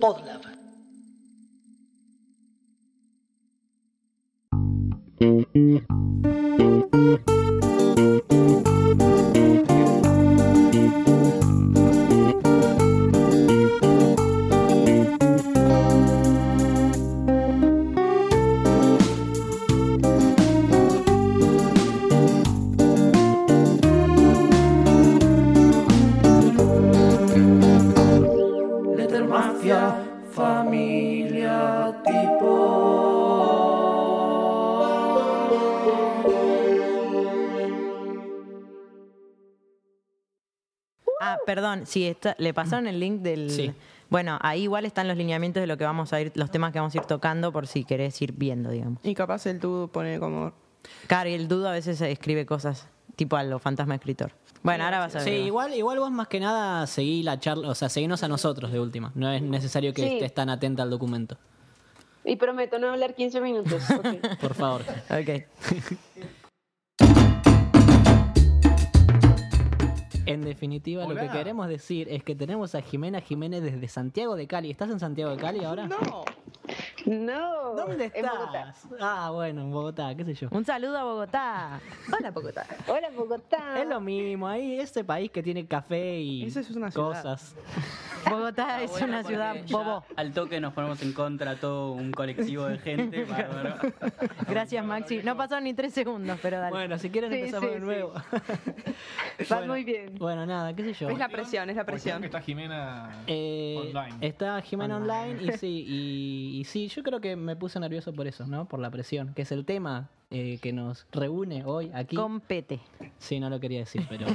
Podlab. Letermafia, familia tipo. Ah, perdón, sí, está- le pasaron el link del... Sí. Bueno, ahí igual están los lineamientos de lo que vamos a ir, los temas que vamos a ir tocando por si querés ir viendo, digamos. Y capaz el tú pone como. Claro, y el dudo a veces escribe cosas tipo a lo fantasma escritor. Bueno, ahora vas a ver. Sí, igual, igual vos más que nada seguí la charla, o sea, seguinos a nosotros de última. No es necesario que Sí. estés tan atenta al documento. Y prometo no hablar 15 minutos. ok. Por favor. Ok. En definitiva, lo Hola. que queremos decir es que tenemos a Jimena Jiménez desde Santiago de Cali. ¿Estás en Santiago de Cali ahora? No, No. ¿Dónde en Bogotá. estás? Ah, bueno, en Bogotá, qué sé yo. Un saludo a Bogotá. hola Bogotá. Hola, Bogotá. Es lo mismo, ahí ese país que tiene café y Esa es una ciudad. Ah, cosas. Bogotá es Bueno, una porque ciudad ya bobo. Al toque nos ponemos en contra todo un colectivo de gente. bárbaro. Gracias, Maxi. No pasaron ni tres segundos, pero dale. Bueno, si quieren Sí, empezamos sí, de sí. nuevo. Vas muy bien. Bueno, nada, qué sé yo. Es la presión, es la Cuestión que presión. está Jimena Eh, online. Está Jimena online, y sí, y, y sí, yo creo que me puse nervioso por eso, ¿no? Por la presión, que es el tema eh, que nos reúne hoy aquí. Compete. Sí, no lo quería decir, pero...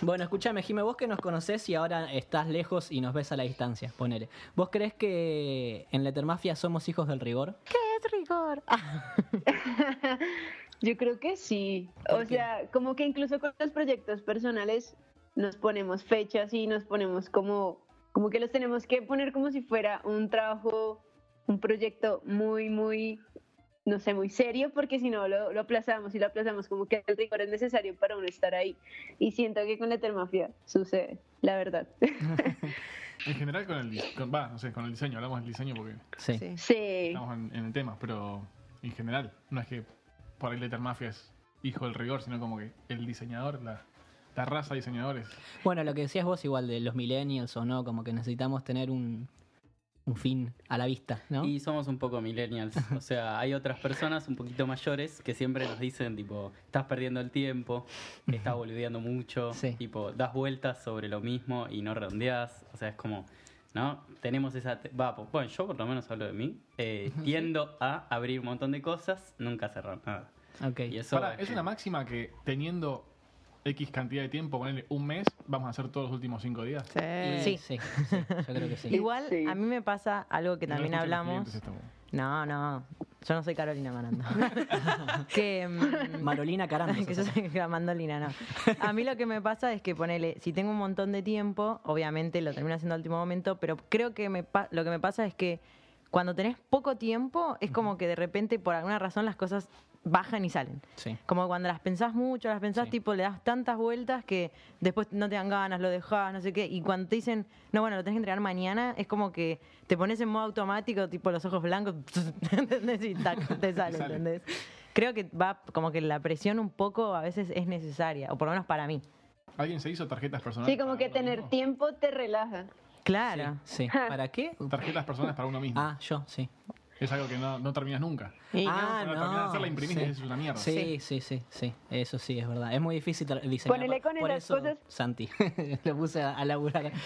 bueno, escúchame, Jime, vos que nos conocés y ahora estás lejos y nos ves a la distancia, ponele. ¿Vos crees que en Lettermafia somos hijos del rigor? Es rigor. Yo creo que sí. O sea, como que incluso con los proyectos personales nos ponemos fechas y nos ponemos como, como que los tenemos que poner como si fuera un trabajo, un proyecto muy, muy, no sé, muy serio, porque si no lo, lo aplazamos y lo aplazamos, como que el rigor es necesario para uno estar ahí. Y siento que con la termafia sucede, la verdad. En general con el dis- con- va, no sé, con el diseño, hablamos del diseño porque Sí. Sí. sí. estamos en, en el tema, pero en general, no es que por ahí Letter Mafia es hijo del rigor, sino como que el diseñador, la, la raza de diseñadores. Bueno, lo que decías vos igual de los millennials o no, como que necesitamos tener un, un fin a la vista, ¿no? Y somos un poco millennials. O sea, hay otras personas un poquito mayores que siempre nos dicen, tipo, estás perdiendo el tiempo, estás boludeando mucho, Sí. tipo, das vueltas sobre lo mismo y no redondeás. O sea, es como, ¿no? Tenemos esa... te- Va, po- bueno, yo por lo menos hablo de mí. eh, tiendo a abrir un montón de cosas, nunca cerrar nada. Ok. Y eso Pará, es una máxima que teniendo X cantidad de tiempo, ponerle un mes, vamos a hacer todos los últimos cinco días. Sí. Sí. Sí, sí, yo creo que sí. Igual Sí. a mí me pasa algo que No también lo escuchan los hablamos. clientes esto. No, no. Yo no soy Carolina Marando. que. mm, Marolina Caramba. que yo soy la mandolina, no. A mí lo que me pasa es que ponele, si tengo un montón de tiempo, obviamente lo termino haciendo al último momento, pero creo que me pa- lo que me pasa es que cuando tenés poco tiempo, es como que de repente por alguna razón las cosas bajan y salen. Sí. Como cuando las pensás mucho, las pensás Sí. tipo, le das tantas vueltas que después no te dan ganas, lo dejás, no sé qué. Y cuando te dicen, no, bueno, lo tenés que entregar mañana, es como que te pones en modo automático, tipo los ojos blancos, ¿entendés? Y tac, te sale, sale. ¿entendés? Creo que va como que la presión un poco a veces es necesaria, o por lo menos para mí. ¿Alguien se hizo tarjetas personales? Sí, como para que uno tener mismo? tiempo te relaja. Claro. Sí. ¿Para qué? Tarjetas personales para uno mismo. Ah, yo, sí. Es algo que no, no terminas nunca. Y no. ah, Cuando terminás de hacerla, imprimís y sí. es una mierda. Sí, sí, sí, sí. Eso sí, es verdad. Es muy difícil tra- diseñar. Ponele con Por esas eso, cosas. Santi, lo puse a, a laburar.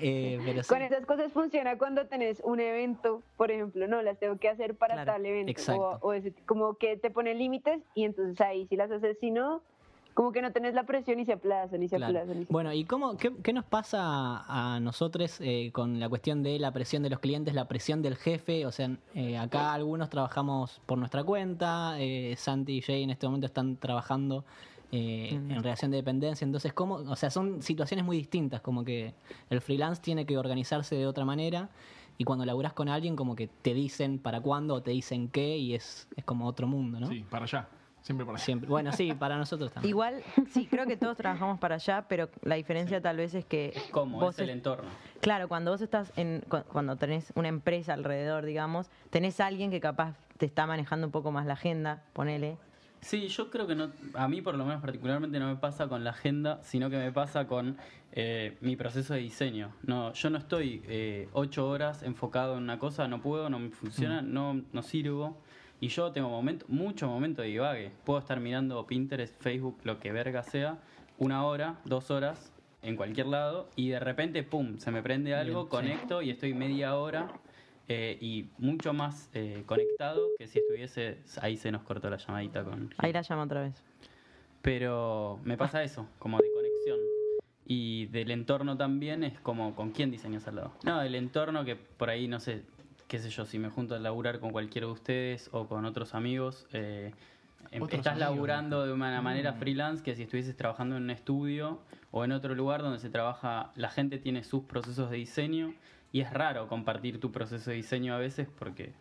Eh, pero sí. Con esas cosas funciona cuando tenés un evento, por ejemplo, no las tengo que hacer para Claro, tal evento. exacto. O, o ese- como que te pone límites y entonces ahí si las haces, si no, como que no tenés la presión y se aplazan y se Claro. aplazan. Y se... Bueno, ¿y cómo, qué, qué nos pasa a, a nosotros eh, con la cuestión de la presión de los clientes, la presión del jefe? O sea, eh, acá algunos trabajamos por nuestra cuenta, eh, Santi y Jay en este momento están trabajando eh, en relación de dependencia, entonces, ¿cómo? O sea, son situaciones muy distintas, como que el freelance tiene que organizarse de otra manera y cuando laburás con alguien como que te dicen para cuándo o te dicen qué y es, es como otro mundo, ¿no? Sí, para allá. Siempre por ahí. Siempre. Bueno, sí, para nosotros también. Igual, sí, creo que todos trabajamos para allá, pero la diferencia tal vez es que. ¿Cómo? vos es el es- entorno. Claro, cuando vos estás en. cu- Cuando tenés una empresa alrededor, digamos, tenés alguien que capaz te está manejando un poco más la agenda, ponele. Sí, yo creo que no, a mí por lo menos particularmente no me pasa con la agenda, sino que me pasa con eh, mi proceso de diseño. No, yo no estoy eh, ocho horas enfocado en una cosa, no puedo, no me funciona, no, no sirvo. Y yo tengo momento, mucho momento de divague. Puedo estar mirando Pinterest, Facebook, lo que verga sea, una hora, dos horas, en cualquier lado, y de repente, pum, se me prende algo, Bien, sí. conecto y estoy media hora eh, y mucho más eh, conectado que si estuviese. Ahí se nos cortó la llamadita con. Ahí la llamo otra vez. Pero me pasa eso, como de conexión. Y del entorno también es como con quién diseñas al lado. No, el entorno que por ahí, no sé, qué sé yo, si me junto a laburar con cualquiera de ustedes o con otros amigos, eh, em- Otros estás amigos. laburando de una manera freelance que si estuvieses trabajando en un estudio o en otro lugar donde se trabaja, la gente tiene sus procesos de diseño y es raro compartir tu proceso de diseño a veces porque,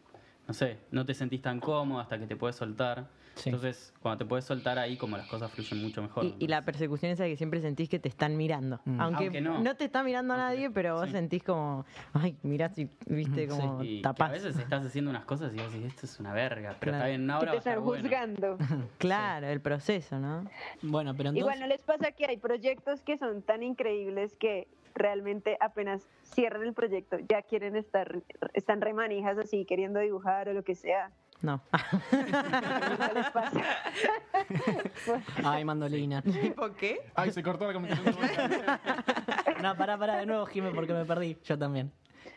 no sé, no te sentís tan cómodo hasta que te puedes soltar. Sí. Entonces, cuando te puedes soltar ahí, como las cosas fluyen mucho mejor. Y, y la persecución esa que siempre sentís que te están mirando. Aunque, Aunque no. no. te está mirando Aunque- nadie, pero vos sí. Mm. sentís como. Ay, mirá si viste como Y que a tapás. veces estás haciendo unas cosas y vos decís, esto es una verga, pero Claro. está bien, que ahora va te a estar están bueno. juzgando. Claro, el proceso, ¿no? Bueno, pero entonces. Igual no les pasa que hay proyectos que son tan increíbles que realmente apenas cierran el proyecto ya quieren estar, están remanijas así queriendo dibujar o lo que sea. No. ¿No les pasa? Ay, mandolina. ¿Tipo qué? Ay, se cortó la comunicación. No, pará, pará, de nuevo, Jimé, porque me perdí. Yo también.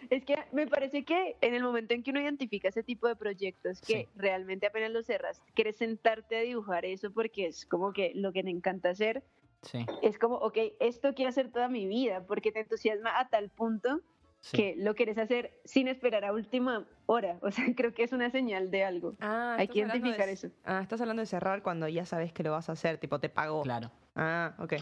Es que me parece que en el momento en que uno identifica ese tipo de proyectos que Sí. realmente apenas los cerras, quieres sentarte a dibujar eso porque es como que lo que te encanta hacer, Sí. es como, ok, esto quiero hacer toda mi vida porque te entusiasma a tal punto sí. que lo quieres hacer sin esperar a última hora. O sea, creo que es una señal de algo. Ah, Hay estás que hablando de- identificar eso. Ah, estás hablando de cerrar cuando ya sabes que lo vas a hacer, tipo te pagó. Claro. Ah, ok.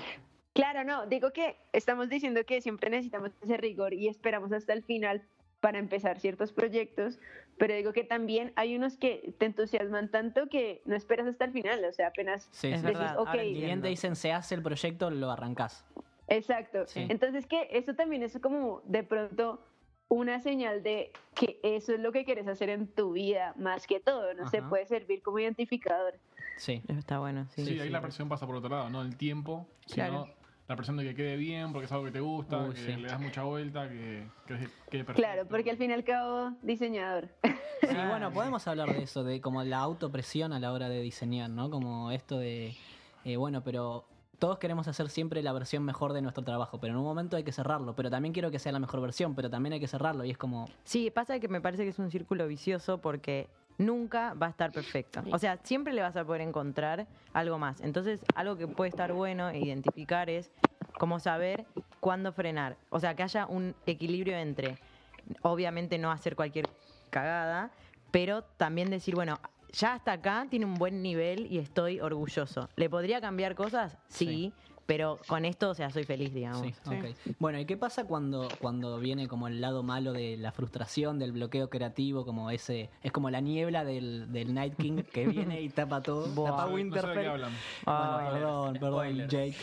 Claro, no, digo que estamos diciendo que siempre necesitamos ese rigor y esperamos hasta el final para empezar ciertos proyectos, pero digo que también hay unos que te entusiasman tanto que no esperas hasta el final, o sea, apenas... Sí, es sí. decís, verdad. ok, ahora y Y entiendo. bien te dicen, se hace el proyecto, lo arrancás. Exacto. Sí. Entonces que eso también es como de pronto una señal de que eso es lo que quieres hacer en tu vida, más que todo, no sé, Ajá. puede servir como identificador. Sí. Eso Está bueno, sí. Sí, Sí, ahí sí. la presión pasa por otro lado, no el tiempo, Claro. sino la presión de que quede bien, porque es algo que te gusta, Uy, que sí. le das mucha vuelta, que crees que quede perfecto. Claro, porque al fin y al cabo, diseñador. Sí, bueno, podemos hablar de eso, de como la autopresión a la hora de diseñar, ¿no? Como esto de, eh, bueno, pero todos queremos hacer siempre la versión mejor de nuestro trabajo, pero en un momento hay que cerrarlo, pero también quiero que sea la mejor versión, pero también hay que cerrarlo y es como, Sí, pasa que me parece que es un círculo vicioso porque nunca va a estar perfecto. O sea, siempre le vas a poder encontrar algo más. Entonces, algo que puede estar bueno e identificar es cómo saber cuándo frenar. O sea, que haya un equilibrio entre, obviamente, no hacer cualquier cagada, pero también decir, bueno, ya hasta acá tiene un buen nivel y estoy orgulloso. ¿Le podría cambiar cosas? Sí, pero con esto, o sea, soy feliz, digamos. sí, ok. Bueno, ¿y qué pasa cuando, cuando viene como el lado malo de la frustración, del bloqueo creativo, como ese, es como la niebla del, del Night King que viene y tapa todo, No sé- tapa No sé de qué Winterfell? hablan. Bueno, Ay. perdón, perdón, Spoilers. Jake.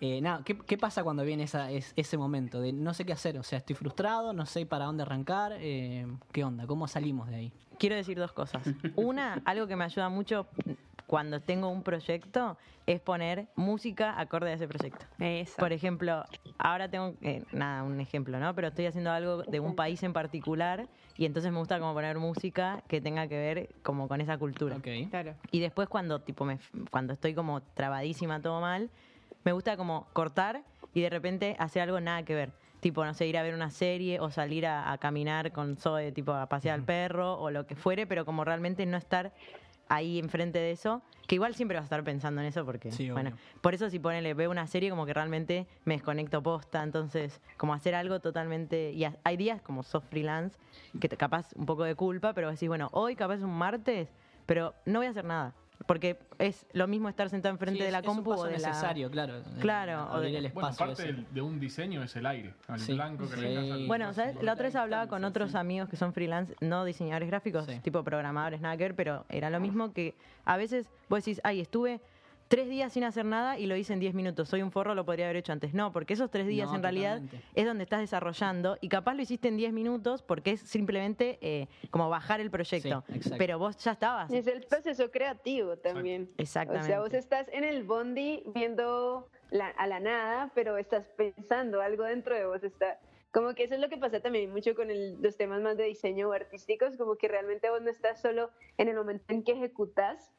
Eh, nada, ¿qué, qué pasa cuando viene esa, es- ese momento de no sé qué hacer? O sea, estoy frustrado, no sé para dónde arrancar. eh, ¿Qué onda? ¿Cómo salimos de ahí? quiero decir dos cosas. Una, algo que me ayuda mucho cuando tengo un proyecto es poner música acorde a ese proyecto. Esa. Por ejemplo, ahora tengo, eh, nada, un ejemplo, ¿no? Pero estoy haciendo algo de un país en particular y entonces me gusta como poner música que tenga que ver como con esa cultura. Ok. Claro. Y después cuando tipo me, cuando estoy como trabadísima todo mal, me gusta como cortar y de repente hacer algo nada que ver. Tipo, no sé, ir a ver una serie o salir a, a caminar con Zoe, tipo a pasear al perro o lo que fuere, pero como realmente no estar ahí enfrente de eso, que igual siempre vas a estar pensando en eso porque, Sí, obvio. bueno, por eso si ponele, veo una serie como que realmente me desconecto posta, entonces como hacer algo totalmente, y ha- hay días como sos freelance, que te, capaz un poco de culpa, pero decís, bueno, hoy capaz es un martes, pero no voy a hacer nada. Porque es lo mismo estar sentado enfrente Sí, de la es- es un compu o paso de la- necesario, claro. Claro, o Abrir de- el espacio. Bueno, parte ese. del- de un diseño es el aire. El Sí. blanco que le Sí. dejas al- Bueno, ¿sabes? La otra vez hablaba con distancia, otros sí. amigos que son freelance, no diseñadores gráficos, Sí. tipo programadores, nada que ver, pero era lo mismo que a veces vos decís, ay, estuve tres días sin hacer nada y lo hice en diez minutos, soy un forro, lo podría haber hecho antes. No, porque esos tres días No, en realidad totalmente. es donde estás desarrollando y capaz lo hiciste en diez minutos porque es simplemente eh, como bajar el proyecto. Sí, exacto. pero vos ya estabas. Es el proceso creativo también. Exactamente. O sea, vos estás en el bondi viendo la- a la nada, pero estás pensando algo dentro de vos. Está, como que eso es lo que pasa también mucho con el- los temas más de diseño o artísticos, como que realmente vos no estás solo en el momento en que ejecutas,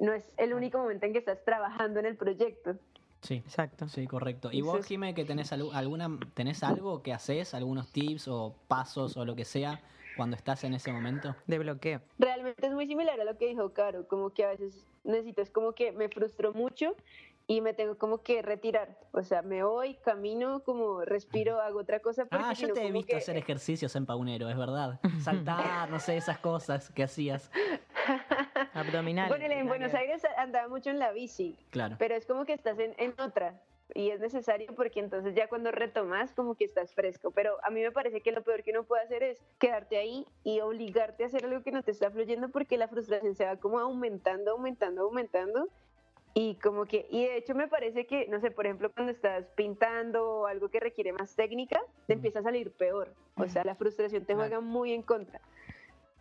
no es el único momento en que estás trabajando en el proyecto. Sí. Exacto. Sí, correcto. ¿Y vos, Entonces- Jime, que tenés algu- alguna tenés algo que haces, algunos tips o pasos o lo que sea cuando estás en ese momento? De bloqueo. realmente es muy similar a lo que dijo Caro, como que a veces necesito, es como que me frustro mucho y me tengo como que retirar, o sea, me voy, camino, como respiro, hago otra cosa. porque Ah, si yo no, te he como visto que- eh, hacer ejercicios en Paunero, es verdad. Saltar, no sé, esas cosas que hacías. Abdominal. Ponele, en Buenos Aires andaba mucho en la bici, Claro. pero es como que estás en, en otra y es necesario porque entonces ya cuando retomas como que estás fresco, pero a mí me parece que lo peor que uno puede hacer es quedarte ahí y obligarte a hacer algo que no te está fluyendo porque la frustración se va como aumentando, aumentando, aumentando y como que y de hecho me parece que no sé, por ejemplo, cuando estás pintando o algo que requiere más técnica, te empieza a salir peor, o sea, la frustración te Claro. juega muy en contra.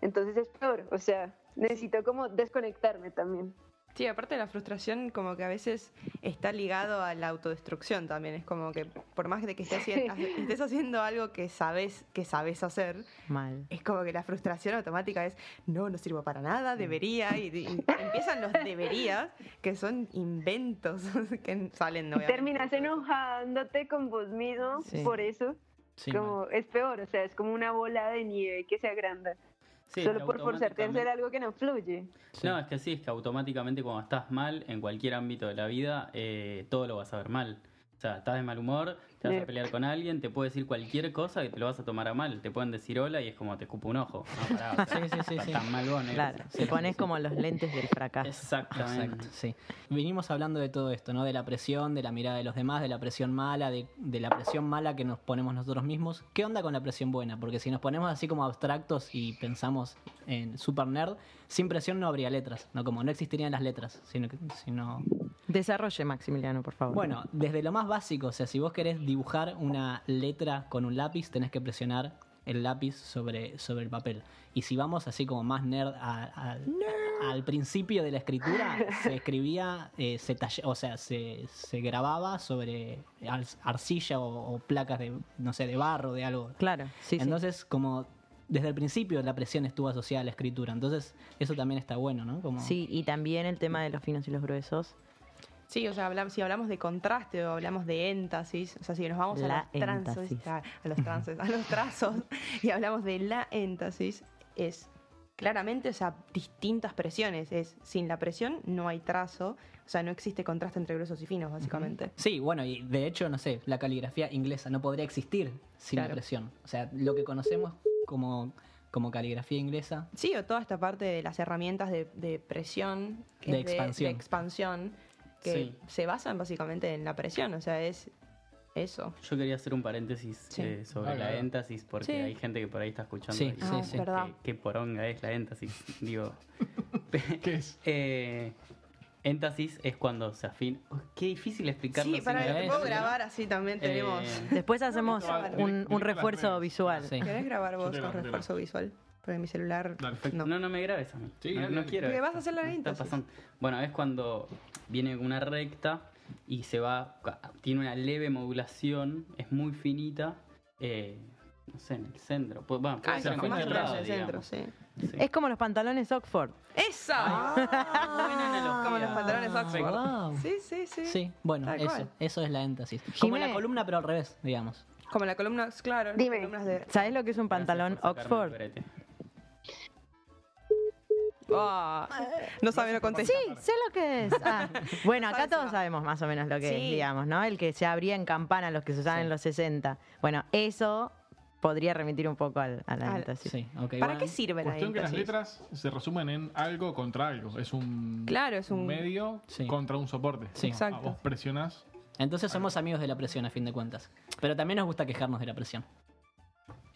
Entonces es peor, o sea, necesito como desconectarme también. Sí, aparte la frustración como que a veces está ligado a la autodestrucción también. Es como que por más de que estés, haci- estés haciendo algo que sabes, que sabes hacer, Mal. es como que la frustración automática es, no, no sirvo para nada, debería, y, y empiezan los deberías, que son inventos que salen, obviamente. Terminas enojándote con vos mismo Sí. por eso. Sí, como es peor, o sea, es como una bola de nieve que se agranda. Sí, solo por forzarte a automáticamente- hacer algo que no fluye. Sí. No, es que sí, es que automáticamente cuando estás mal en cualquier ámbito de la vida, eh, todo lo vas a ver mal. O sea, estás de mal humor, te vas a Yep. pelear con alguien, te puede decir cualquier cosa que te lo vas a tomar a mal. Te pueden decir hola y es como te escupo un ojo. No, pará, o sea, Sí, sí, sí, estás sí. tan mal vos, negro. Claro. Te pones como los lentes del fracaso. Exactamente. Exacto, sí. Vinimos hablando de todo esto, ¿no? De la presión, de la mirada de los demás, de la presión mala, de, de la presión mala que nos ponemos nosotros mismos. ¿Qué onda con la presión buena? Porque si nos ponemos así como abstractos y pensamos en super nerd, sin presión no habría letras, ¿no? Como no existirían las letras, sino que, sino Desarrolle, Maximiliano, por favor. Bueno, desde lo más básico, o sea, si vos querés dibujar una letra con un lápiz, tenés que presionar el lápiz sobre, sobre el papel. Y si vamos así como más nerd a- a- al principio de la escritura, se escribía, eh, se talle- o sea, se, se grababa sobre ar- arcilla o, o placas de, no sé, de barro, de algo. Claro, sí, sí. Entonces, como desde el principio la presión estuvo asociada a la escritura. Entonces, eso también está bueno, ¿no? Como, Sí, y también el tema de los finos y los gruesos. Sí, o sea, hablamos, si hablamos de contraste o hablamos de énfasis, o sea, si nos vamos La a los trances, éntasis. a, a los trances, a los trazos, y hablamos de la énfasis, es claramente, o sea, distintas presiones. Es sin la presión no hay trazo, o sea, no existe contraste entre gruesos y finos, básicamente. Sí, bueno, y de hecho, no sé, la caligrafía inglesa no podría existir sin la Claro. presión. O sea, lo que conocemos como, como caligrafía inglesa. Sí, o toda esta parte de las herramientas de, de presión, que De es expansión. de expansión, que Sí. se basan básicamente en la presión, o sea, es eso. Yo quería hacer un paréntesis Sí. eh, sobre Ah, la claro. éntasis, porque Sí. hay gente que por ahí está escuchando. Sí, y sí, dice, sí. verdad. "Qué- Qué poronga es la éntasis. Digo, ¿Qué es? eh, éntasis es cuando se afina. Oh, qué difícil explicarlo. Sí, sin la para lo que sí, puedo sí. énfasis, ¿no? grabar así también tenemos... Eh, Después hacemos no, no, un, no, un no, refuerzo no, visual. Sí. ¿Querés grabar vos te con grabo, yo te refuerzo visual? Porque mi celular. Dale. No. No. no, me grabes a mí. Sí, no, dale, no dale. quiero. Porque esto. vas a hacer la Me está énfasis. pasando. Bueno, es cuando viene una recta y se va. Tiene una leve modulación, es muy finita. eh, no sé, en el centro. Pues, bueno, puede Ah, ser en con más cualquier lado, rayos centro, digamos. sí. Sí. Es como los pantalones Oxford. ¡Esa! buena Ah, analogía. Como los pantalones Ah, Oxford. Wow. Sí, sí, sí. Sí, bueno, Tal eso, cual. eso es la éntasis. Como Jimé. la columna, pero al revés, digamos. Como la columna, claro. Dime. las columnas de. ¿Sabes lo que es un Gracias pantalón por sacarme el Oxford? brete. Uh. Ah, no sabe, no contesta. Sí, sé lo que es. Ah, Bueno, acá Sabes, todos va. sabemos más o menos lo que es, Sí. digamos, ¿no? El que se abría en campana, los que se usaban en los 60. Bueno, eso podría remitir un poco al, a la Al- énfasis. Sí, ok, ¿Para bueno. qué sirve la Cuestión que las énfasis? letras se resumen en algo contra algo. Es un, Claro, es un- medio Sí. contra un soporte. Sí. Exacto. Ah, Vos presionás. Entonces somos amigos de la presión, a fin de cuentas. Pero también nos gusta quejarnos de la presión.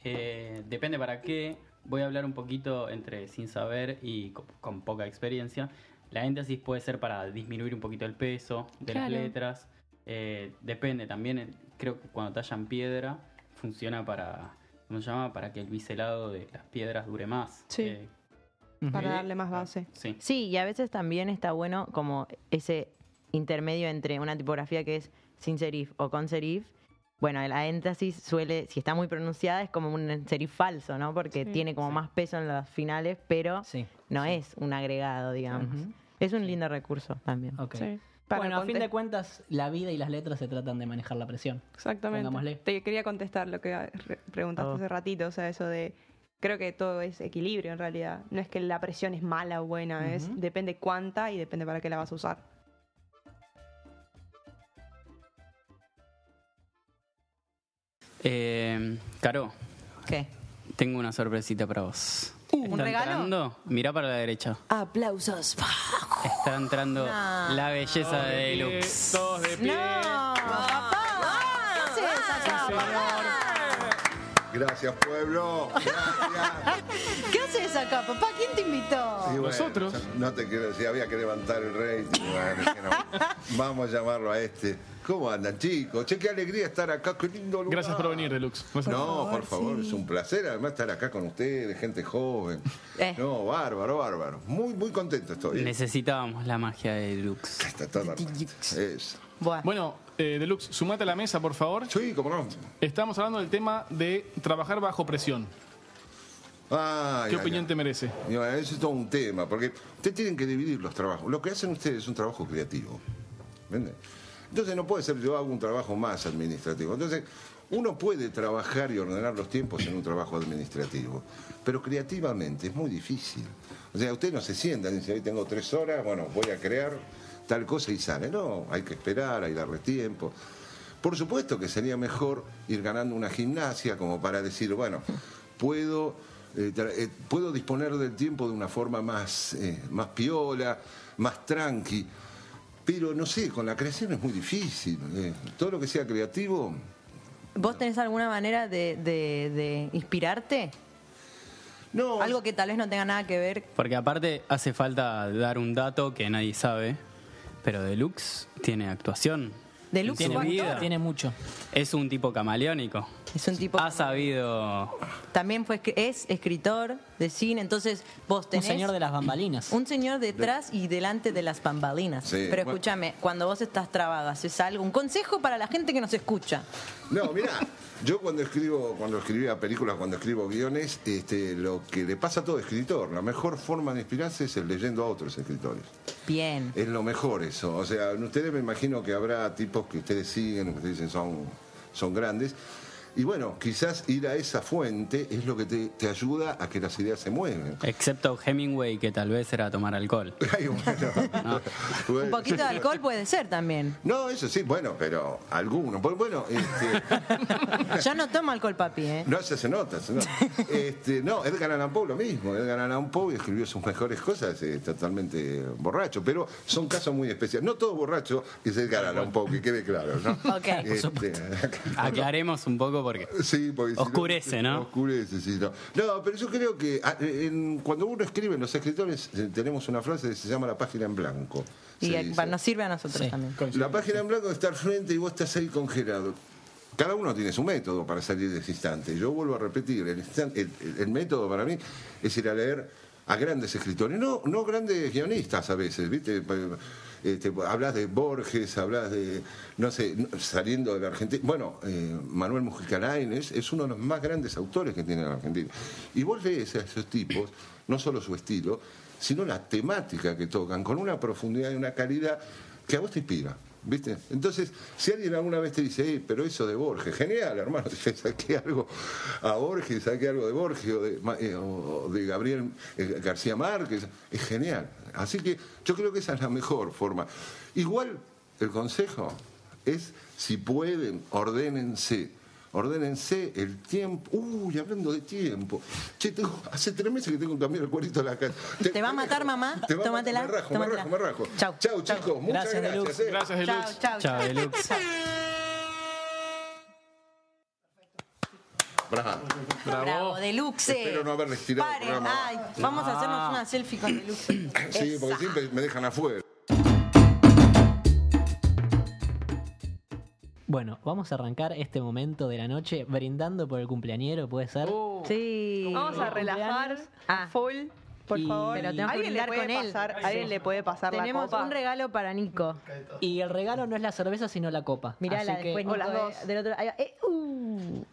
Eh, depende para qué. Voy a hablar un poquito entre sin saber y co- con, poca experiencia. La énfasis puede ser para disminuir un poquito el peso de las Claro. letras. Eh, depende también, eh, creo que cuando tallan piedra funciona para, ¿cómo se llama? Para que el biselado de las piedras dure más. Sí. Eh, Para eh, darle más ah, base. Sí. Sí, y a veces también está bueno como ese intermedio entre una tipografía que es sin serif o con serif. Bueno, la énfasis suele, si está muy pronunciada, es como un serif falso, ¿no? Porque Sí. tiene como Sí. más peso en los finales, pero Sí. no es un agregado, digamos. Ujú. Es un lindo recurso también. Ok. Sí. Para bueno, a fin de contes- cuentas, la vida y las letras se tratan de manejar la presión. Pongámosle. Exactamente. Te quería contestar lo que re- preguntaste Ah. hace ratito, o sea, eso de creo que todo es equilibrio en realidad. No es que la presión es mala o buena, Ujú. es depende cuánta y depende para qué la vas a usar. Eh, Caro, ¿Qué? tengo una sorpresita para vos. ¿Un regalo? Entrando, mirá para la derecha. Aplausos. Está entrando No. la belleza de Deluxe. Todos de pie. ¡No! ¡Papá! ¿Qué haces acá, papá? Gracias, pueblo. Gracias. ¿Qué haces acá, papá? ¿Quién te invitó? Y bueno, Nosotros. No te quiero decir, había que levantar el rating. bueno, dije, no, vamos a llamarlo a este. ¿Cómo andan, chicos? Che, qué alegría estar acá, qué lindo lugar. Gracias por venir, Deluxe. No, No, por favor, es un placer además estar acá con ustedes, gente joven. Eh. No, bárbaro, bárbaro. Muy, muy contento estoy. ¿eh? Necesitábamos la magia de Deluxe. Está todo armado. Eso. Bueno, Bueno, eh, Deluxe, sumate a la mesa, por favor. Sí, cómo no. Estamos hablando del tema de trabajar bajo presión. Ay, ¿Qué ay, opinión ay. te merece? Y bueno, eso es todo un tema, porque ustedes tienen que dividir los trabajos. Lo que hacen ustedes es un trabajo creativo. ¿Entienden? Entonces no puede ser yo hago un trabajo más administrativo. Entonces, uno puede trabajar y ordenar los tiempos en un trabajo administrativo, pero creativamente es muy difícil. O sea, ustedes no se sientan y dicen, hoy tengo tres horas, bueno, voy a crear tal cosa y sale. No, hay que esperar, hay que darle tiempo. Por supuesto que sería mejor ir ganando una gimnasia como para decir, bueno, puedo, eh, tra- eh, puedo disponer del tiempo de una forma más, eh, más piola, más tranqui. Pero no sé, con la creación es muy difícil. eh. Todo lo que sea creativo, ¿vos tenés alguna manera de, de- de inspirarte? no. Algo que tal vez no tenga nada que ver. Porque aparte hace falta dar un dato que nadie sabe, pero Deluxe tiene actuación. Deluxe tiene fue actor. vida. Tiene mucho. Es un tipo camaleónico. Es un tipo. Ha sabido... También fue, escri- es escritor de cine, entonces vos Un tenés. señor de las bambalinas. Un señor detrás y delante de las bambalinas. Sí, Pero bueno. escúchame, cuando vos estás trabado, haces algo. Un consejo para la gente que nos escucha. No, mirá, yo cuando escribo, cuando escribía películas, cuando escribo guiones, este, lo que le pasa a todo escritor, la mejor forma de inspirarse es el leyendo a otros escritores. Bien. Es lo mejor eso. O sea, en ustedes me imagino que habrá tipos que ustedes siguen, que ustedes dicen son, son grandes. Y bueno, quizás ir a esa fuente es lo que te, te ayuda a que las ideas se mueven. Excepto Hemingway, que tal vez era tomar alcohol. Ay, bueno. Un poquito de alcohol puede ser también. No, eso sí, bueno, pero alguno. Porque, Bueno, este, Yo no tomo alcohol, papi, ¿eh? no se se nota. se nota. Este, no, Edgar Allan Poe lo mismo. Edgar Allan Poe escribió sus mejores cosas eh, totalmente borracho, pero son casos muy especiales. No todo borracho es Edgar Allan Poe, que quede claro, ¿no? Ok. Este, Aclaremos un poco porque... Sí, porque si Oscurece, ¿no? Oscurece, sí. No. No, pero yo creo que ah, en- cuando uno escribe, los escritores eh, tenemos una frase que se llama la página en blanco. Y se eh, dice. nos sirve a nosotros Sí. también. La página en blanco está al frente y vos estás ahí congelado. Cada uno tiene su método para salir de ese instante. Yo vuelvo a repetir, el, instan- el- el- el método para mí es ir a leer a grandes escritores, no, no grandes guionistas a veces, ¿viste? Pa- este, hablas de Borges, hablas de, no sé, no- saliendo de la Argentina. Bueno, eh, Manuel Mujica Lainez es uno de los más grandes autores que tiene la Argentina. Y vos lees a esos tipos, no solo su estilo, sino la temática que tocan, con una profundidad y una calidad que a vos te inspira. ¿Viste? Entonces, si alguien alguna vez te dice, "Ey, pero eso de Borges, genial, hermano, yo saqué algo a Borges, saqué algo de Borges o de, Ma- eh, o de Gabriel eh, García Márquez, es genial. Así que yo creo que esa es la mejor forma. Igual, el consejo es, si pueden, ordénense. Ordénense el tiempo. Uy, hablando de tiempo. Che, tengo, hace tres meses que tengo que cambiar el cuerito de la casa. Te va a matar, mamá. Te va a matar. Tómatela, Me rajo, tómatela. me rajo, me rajo. Chau. Chau, chicos. Muchas Gracias, gracias. Deluxe. eh. Gracias, Chao, Deluxe. chao, Chao, Deluxe. Bravo. Bravo, Bravo. deluxe. Espero no haberles tirado el Paren, programa. ay, vamos a Ah. hacernos una selfie con deluxe. Sí, porque Esa. siempre me dejan afuera. Bueno, vamos a arrancar este momento de la noche brindando por el cumpleañero, puede ser. Oh, Sí. Vamos a relajar cumpleaños. Ah. full, por Y- favor. Pero tenemos que ¿Alguien, le brindar puede con él. pasar, ¿Alguien le puede pasar Tenemos la copa? un regalo para Nico. Y el regalo no es la cerveza, sino la copa. Mirala Así que- después, O Nico, las de- dos. del otro. Ahí va. Eh, uh.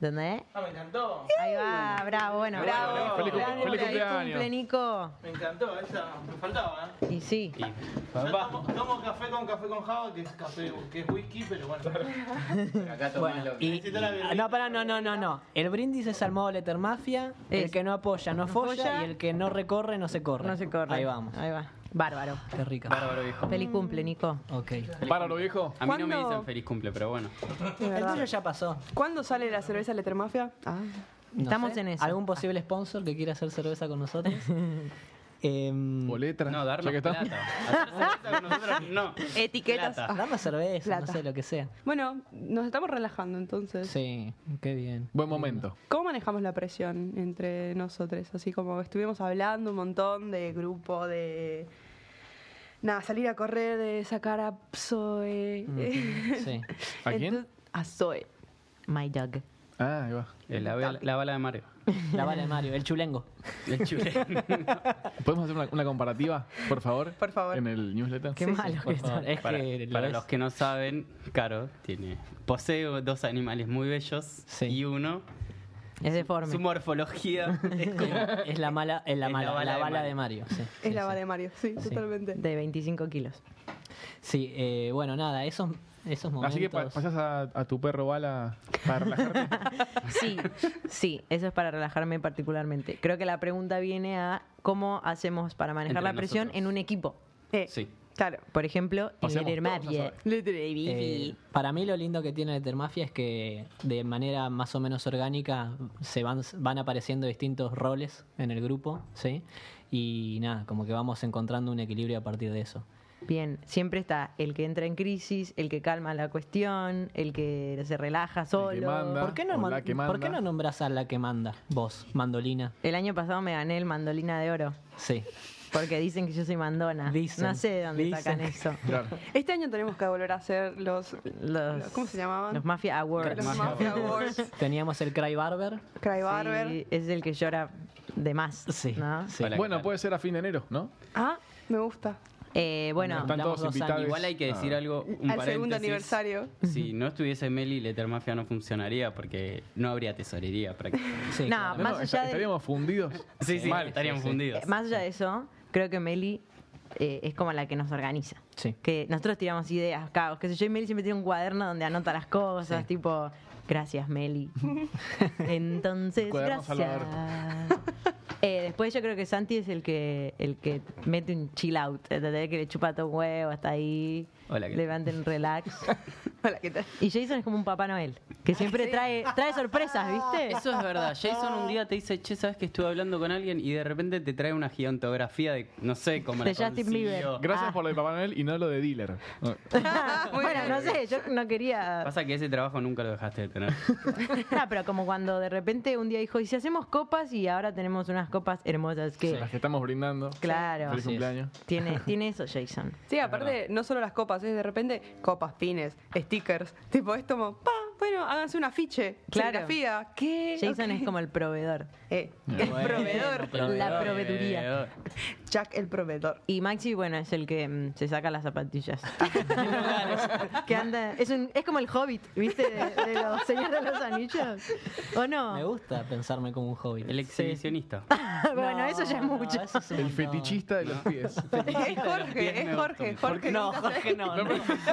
¿Entendés? Ah, me encantó. Ahí va, bravo, bueno. Bravo. Feliz cum- Grande, feliz cumpleaños. cumple, Nico. Me encantó, esa me faltaba. ¿eh? Y sí. y- Yo tomo, tomo café con café con java, que es café, que es whisky, pero bueno. Acá tomás Bueno, lo que- y, y- no, pará, no, no, no, no. El brindis es al modo Letter Mafia. Es. El que no apoya, no folla. Y el que no recorre, no se corre. No se corre. Ahí vamos. Ahí va. Bárbaro. Qué rica. Bárbaro viejo. Feliz cumple, Nico. Ok. Bárbaro viejo. A mí no me ¿Cuándo? dicen feliz cumple, pero bueno. Es El verdad. tuyo ya pasó. ¿Cuándo sale la cerveza Letter Mafia? Ah. No Estamos sé. en eso. ¿Algún posible sponsor que quiera hacer cerveza con nosotros? Em, O letras. No, darnos ya que está. plata. Hacer cerveza con nosotros, no. Etiquetas. Plata. dame cerveza, Plata. no sé, lo que sea. Bueno, nos estamos relajando entonces. Sí, qué bien. Buen momento. ¿Cómo manejamos la presión entre nosotros? Así como estuvimos hablando un montón de grupo, de. Nada, salir a correr, de sacar a Zoe. Sí. ¿A quién? Entonces- a Zoe. My dog. Ah, ahí va. Eh, La, vela- la bala de Mario. La bala de Mario, el chulengo. El chuleno. ¿Podemos hacer una, una comparativa, por favor? Por favor. En el newsletter. Qué malo que Por está. favor, Es para, que lo para es. los que no saben, Caro tiene posee dos animales muy bellos Sí. y uno Es deforme. su morfología es como Es la mala, es la Es mala, la bala, de Mario. sí, Es sí, la sí. vara de Mario, sí, Sí. totalmente. De 25 kilos. Sí, eh, bueno, nada, esos, esos momentos. Así que pa- pasás a, a tu perro bala para relajarte. Sí, sí, eso es para relajarme particularmente. Creo que la pregunta viene a cómo hacemos para manejar Entre la presión nosotros. en un equipo. Eh, Sí. Claro. Por ejemplo, en Pasemos Little todos, ya Mafia. sabes. Little Baby. Eh, para mí lo lindo que tiene Letter Mafia es que de manera más o menos orgánica se van, van apareciendo distintos roles en el grupo, ¿sí? Y nada, como que vamos encontrando un equilibrio a partir de eso. Bien, siempre está el que entra en crisis, el que calma la cuestión, el que se relaja solo. manda. ¿Por qué no, o man- la que ¿por qué manda. no nombras a la que manda? Vos, mandolina. El año pasado me gané el mandolina de oro, Sí. porque dicen que yo soy mandona. Dicen, Ah, no sé de dónde dicen. sacan eso. Claro. Este año tenemos que volver a hacer los. Los, ¿Cómo se llamaban? Los Mafia Awards. Los Mafia Awards. Teníamos el Cry Barber. Cry Sí, Barber. es el que llora de más. Sí. ¿no? sí. Hola. Bueno, puede ser a fin de enero, ¿no? Ah, me gusta. Eh, bueno, Están todos Hablamos dos invitados. años. Igual hay que decir Ah. algo un Al segundo paréntesis. aniversario. Si no estuviese Meli, Letter Mafia no funcionaría porque no habría tesorería prácticamente. Sí, No, claro. No, Más no, allá esta- de- estaríamos fundidos. Sí, sí, Mal. estarían fundidos. Eh, Más allá de eso, creo que Meli eh, es como la que nos organiza. Sí. Que nosotros tiramos ideas, caos, qué sé yo, y Meli siempre tiene un cuaderno donde anota las cosas, tipo, gracias Meli. Entonces, Cuaderno gracias. Eh, después yo creo que Santi es el que el que mete un chill out, ¿entendés? que le chupa todo un huevo hasta ahí, Hola, ¿qué tal? levanten un relax. Hola, ¿qué tal? Y Jason es como un Papá Noel, que siempre trae, trae sorpresas, ¿viste? Eso es verdad. Jason un día te dice, che, ¿sabes que estuve hablando con alguien? Y de repente te trae una gigantografía de, no sé, como De la Justin consiguió. Bieber. Gracias Ah. por lo de Papá Noel y no lo de dealer. bueno, no sé, yo no quería Pasa que ese trabajo nunca lo dejaste de tener. No, pero como cuando de repente un día dijo, ¿y si hacemos copas? Y ahora tenemos unas copas hermosas que... Con las que estamos brindando. Claro. Feliz Así es. cumpleaños. Tiene, tiene eso, Jason. Sí, aparte, no solo las copas, es de repente copas, pines, stickers. Tipo, es como, pa, bueno, háganse un afiche. Claro. Serigrafía. ¿Qué? Jason Ok. es como el proveedor. Eh, el Bueno, proveedor. La proveeduría. Eh, Jack, el proveedor. Y Maxi, bueno, es el que mm, se saca las zapatillas. que anda, es, un, es como el hobbit, ¿viste? De, de los señores de los anillos. ¿O no? Me gusta pensarme como un hobby. El exhibicionista. bueno, eso ya es mucho. El fetichista de los pies. Es Jorge, es Jorge, Jorge. No, Jorge no. no.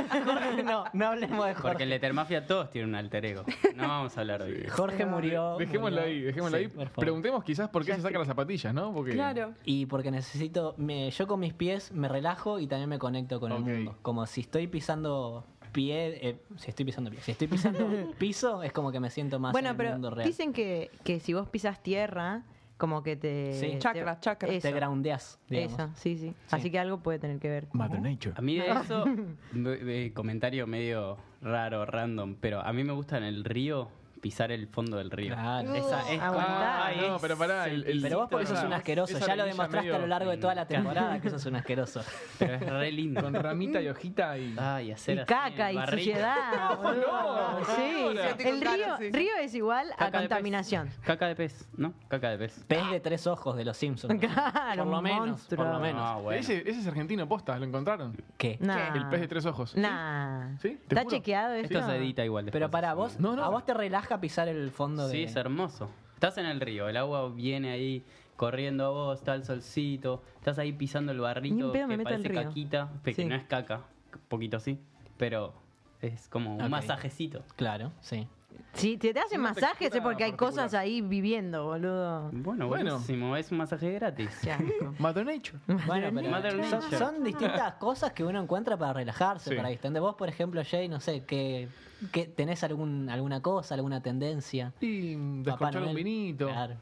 Jorge no, no hablemos de Porque Jorge. en Lettermafia todos tienen un alter ego. No vamos a hablar de eso. Jorge murió. Dejémoslo murió. ahí, dejémoslo Sí, ahí. por favor. Preguntemos quizás por qué se sacan las zapatillas, ¿no? Porque Claro. Y porque necesito, me- yo con mis pies me relajo y también me conecto con Ok. el mundo. Como si estoy pisando pie, eh, si estoy pisando pie, si estoy pisando piso, es como que me siento más bueno, en el pero mundo real. dicen que, que si vos pisas tierra, como que te. Sí. te- Chakra, chakra. Eso, Te groundeas, digamos. eso, sí, sí, Así que algo puede tener que ver. Nature. A mí de Ah. eso, ve- ve, comentario medio raro, random, pero a mí me gusta en el río pisar el fondo del río. Claro. Esa es como- Aguantá. ay, Ah, no, pero pará, el- el- Pero vos porque Esa- sos un asqueroso, esa ya lo arenilla demostraste a medio- lo largo de toda la temporada que sos un asqueroso. Pero es re lindo. Con ramita y hojita y. Ay, hacer Y así en caca el y barril. suciedad. boludo. no, sí. Ah, ahora. El río, río es igual Caca a de pez. contaminación. Caca de pez, ¿no? Caca de pez. Pez de tres ojos de los Simpsons. Claro, por lo un menos, monstruo. por lo menos. Ah, bueno. Ese, ese es argentino, posta, lo encontraron. ¿Qué? Nah. El pez de tres ojos. Nah. Sí, te ¿Está juro. chequeado esto? Esto se edita igual. después. Pero para vos, No, no. a vos te relaja pisar el fondo Sí, de... es hermoso. Estás en el río, el agua viene ahí corriendo a vos, está el solcito, estás ahí pisando el Ni barrito en pedo que me meto al parece río. caquita, pe- que Sí. no es caca, un poquito así, pero es como un Ok. masajecito. Claro, sí. Si te, te hacen Una masajes es textura porque hay particular. cosas ahí viviendo, boludo. Bueno. Bueno, buenísimo, es un masaje gratis. Qué asco. Mother Nature. Bueno, pero Mother son, Nature. son distintas cosas que uno encuentra para relajarse, Sí. para distender. Vos, por ejemplo, Jay, no sé, que, que tenés algún, alguna cosa, alguna tendencia. Y Papá descorchar un Noel. vinito. Claro.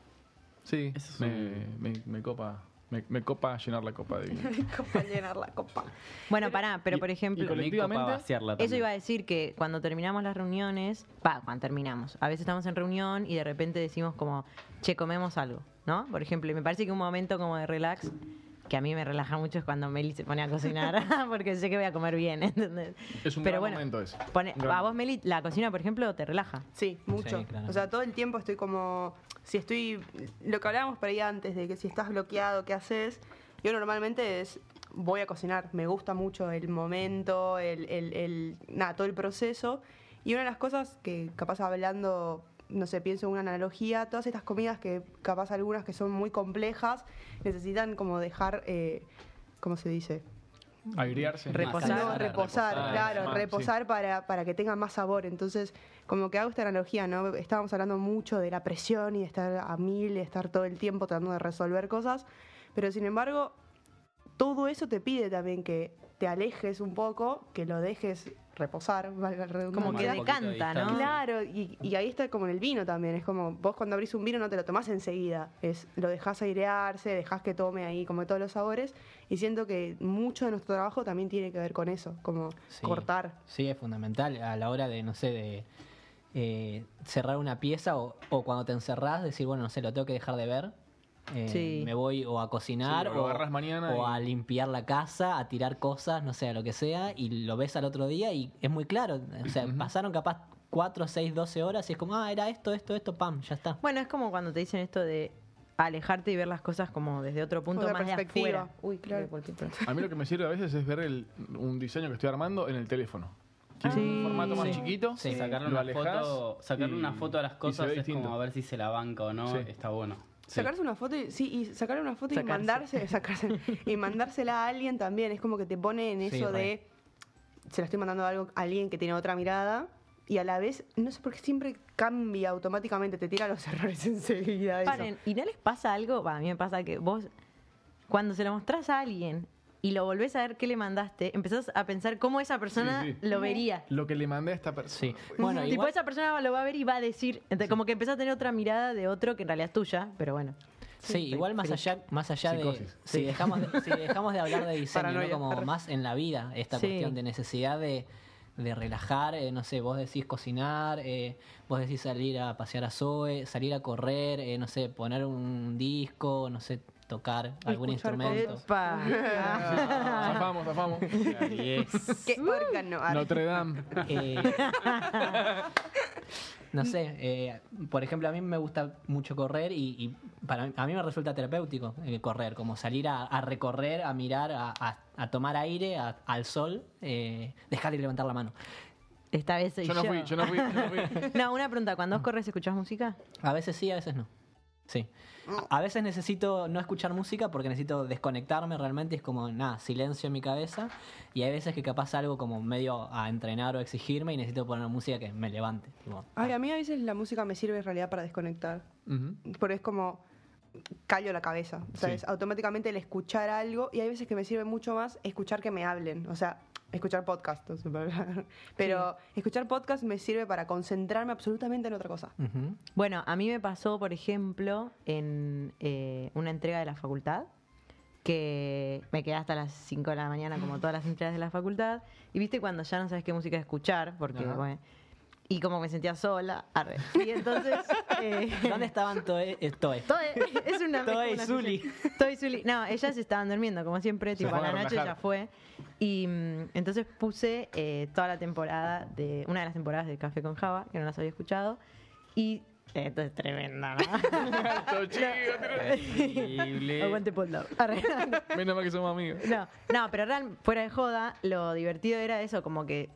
Sí, Eso es me, me- me copa. Me, me copa llenar la copa de vino. Copa, llenar la copa. Bueno, pará, pero y- por y ejemplo, con Colectivamente, eso iba a decir que cuando terminamos las reuniones, pa, cuando terminamos, a veces estamos en reunión y de repente decimos como, che, comemos algo, ¿no? Por ejemplo, y me parece que un momento como de relax, que a mí me relaja mucho es cuando Meli se pone a cocinar, porque sé que voy a comer bien, ¿entendés? Es un gran pero bueno, momento ese. pone- Un gran a vos, Meli, la cocina, por ejemplo, te relaja. Sí, mucho. Sí, claramente. o sea, todo el tiempo estoy como. Si estoy. Lo que hablábamos por ahí antes, de que si estás bloqueado, ¿qué haces? Yo normalmente es. Voy a cocinar. Me gusta mucho el momento, el. el- el- nada, todo el proceso. Y una de las cosas que, capaz hablando. No sé, pienso en una analogía. Todas estas comidas que, capaz, algunas que son muy complejas, necesitan como dejar. eh, ¿Cómo se dice? Airearse. Reposar. No, Para reposar, reposar, claro, ah, sí. reposar para, para que tenga más sabor. Entonces, como que hago esta analogía, ¿no? Estábamos hablando mucho de la presión y de estar a mil, de estar todo el tiempo tratando de resolver cosas, pero sin embargo, todo eso te pide también que te alejes un poco, que lo dejes reposar, valga la redundancia. Como que Tomar un poquito de decanta, ¿no? distancia. Claro, y, y ahí está como en el vino también. Es como vos cuando abrís un vino no te lo tomás enseguida. Es, lo dejás airearse, dejás que tome ahí como todos los sabores. Y siento que mucho de nuestro trabajo también tiene que ver con eso, como Sí. cortar. Sí, es fundamental a la hora de, no sé, de eh, cerrar una pieza o, o cuando te encerrás, decir, bueno, no sé, lo tengo que dejar de ver. Eh, Sí. Me voy o a cocinar Sí, o lo o, agarrás mañana o y- a limpiar la casa, a tirar cosas, no sé, a lo que sea, y lo ves al otro día y es muy claro. O sea, pasaron capaz 4, 6, 12 horas y es como, ah, era esto, esto, esto, pam, ya está. Bueno, es como cuando te dicen esto de alejarte y ver las cosas como desde otro punto Otra más de perspectiva. afuera. Uy, Claro. A mí lo que me sirve a veces es ver el- un diseño que estoy armando en el teléfono. Tiene un formato más Sí. chiquito. Sí. Sacarle, lo una alejás foto, sacarle y- una foto a las y se cosas ve es distinto. como a ver si se la banca o no, Sí. está bueno. Sí. Sacarse una foto y, sí, y sacar una foto Sacarse. y mandarse, sacarse, y mandársela a alguien también. Es como que te pone en Sí, eso re. de se la estoy mandando algo a alguien que tiene otra mirada. Y a la vez, no sé por qué siempre cambia automáticamente, te tira los errores enseguida. eso. Paren, ¿y no les pasa algo? Va, a mí me pasa que vos, cuando se lo mostrás a alguien y lo volvés a ver qué le mandaste, empezás a pensar cómo esa persona Sí, sí. lo vería. Lo que le mandé a esta persona. pues. Sí. Bueno, tipo, igual, esa persona lo va a ver y va a decir, entonces, como que empezás a tener otra mirada de otro que en realidad es tuya, pero bueno. sí, igual más allá, más allá de Psicosis. si dejamos de, si dejamos de hablar de diseño, ¿no? Paranoia. como más en la vida, esta Sí. cuestión de necesidad de, de relajar, eh, no sé, vos decís cocinar, eh, vos decís salir a pasear a Zoe, salir a correr, eh, no sé, poner un disco, no sé, tocar algún Escuchar instrumento. cosas. Pa. Zafamos, zafamos. Ahí es. ¿Qué órgano? Ah, Notre Dame. Eh, no sé, eh, por ejemplo, a mí me gusta mucho correr y, y para mí- a mí me resulta terapéutico eh, correr, como salir a, a recorrer, a mirar, a, a- a tomar aire, a- al sol, eh, dejar de levantar la mano. Esta vez soy Yo yo. no fui, yo no fui, yo no fui. No, una pregunta, ¿cuando vos corres escuchás música? A veces sí, a veces no. Sí. A a veces necesito no escuchar música porque necesito desconectarme realmente. Es como, nada, silencio en mi cabeza. Y hay veces que capaz algo como medio a entrenar o exigirme y necesito poner música que me levante. tipo, Ay, a mí a veces la música me sirve en realidad para desconectar. Ujú. Porque es como callo la cabeza, ¿sabes? Sí. Automáticamente el escuchar algo y hay veces que me sirve mucho más escuchar que me hablen, o sea, escuchar podcast. no sé, para- Pero escuchar podcast me sirve para concentrarme absolutamente en otra cosa. Ujú. Bueno, a mí me pasó, por ejemplo, en eh, una entrega de la facultad, que me quedé hasta las 5 de la mañana, como todas las entregas de la facultad, y viste cuando ya no sabes qué música escuchar, porque, Ajá. bueno, y como me sentía sola, arre. Y entonces... eh, ¿Dónde estaban Toe? eh, Toe? Toe- es una Toe mezcla, y una Zuli. fusión. Toe y Zuli. No, ellas estaban durmiendo, como siempre, tipo a fueron la a noche relajar. ya fue. Y mm, entonces puse eh, toda la temporada de. Una de las temporadas de Café con Java, que no las había escuchado. Y. Esto es tremenda, ¿no? Alto, chico, Increíble. Aguante Paul Dove. Arre. Menos mal que somos amigos. No, no, pero real, fuera de joda, lo divertido era eso, como que.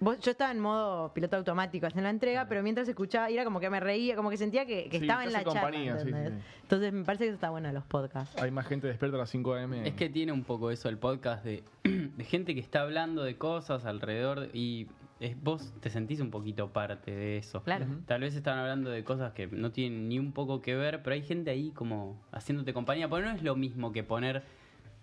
vos- yo estaba en modo piloto automático haciendo la entrega, pero mientras escuchaba, y era como que me reía, como que sentía que, que Sí, estaba te en la hace charla. compañía, sí, sí, ¿entendés? sí. Entonces me parece que eso está bueno de los podcasts. Hay más gente despierta a las 5 a.m. Es que tiene un poco eso el podcast de, de gente que está hablando de cosas alrededor y es, vos te sentís un poquito parte de eso. Claro. Tal vez están hablando de cosas que no tienen ni un poco que ver, pero hay gente ahí como haciéndote compañía. Porque no es lo mismo que poner.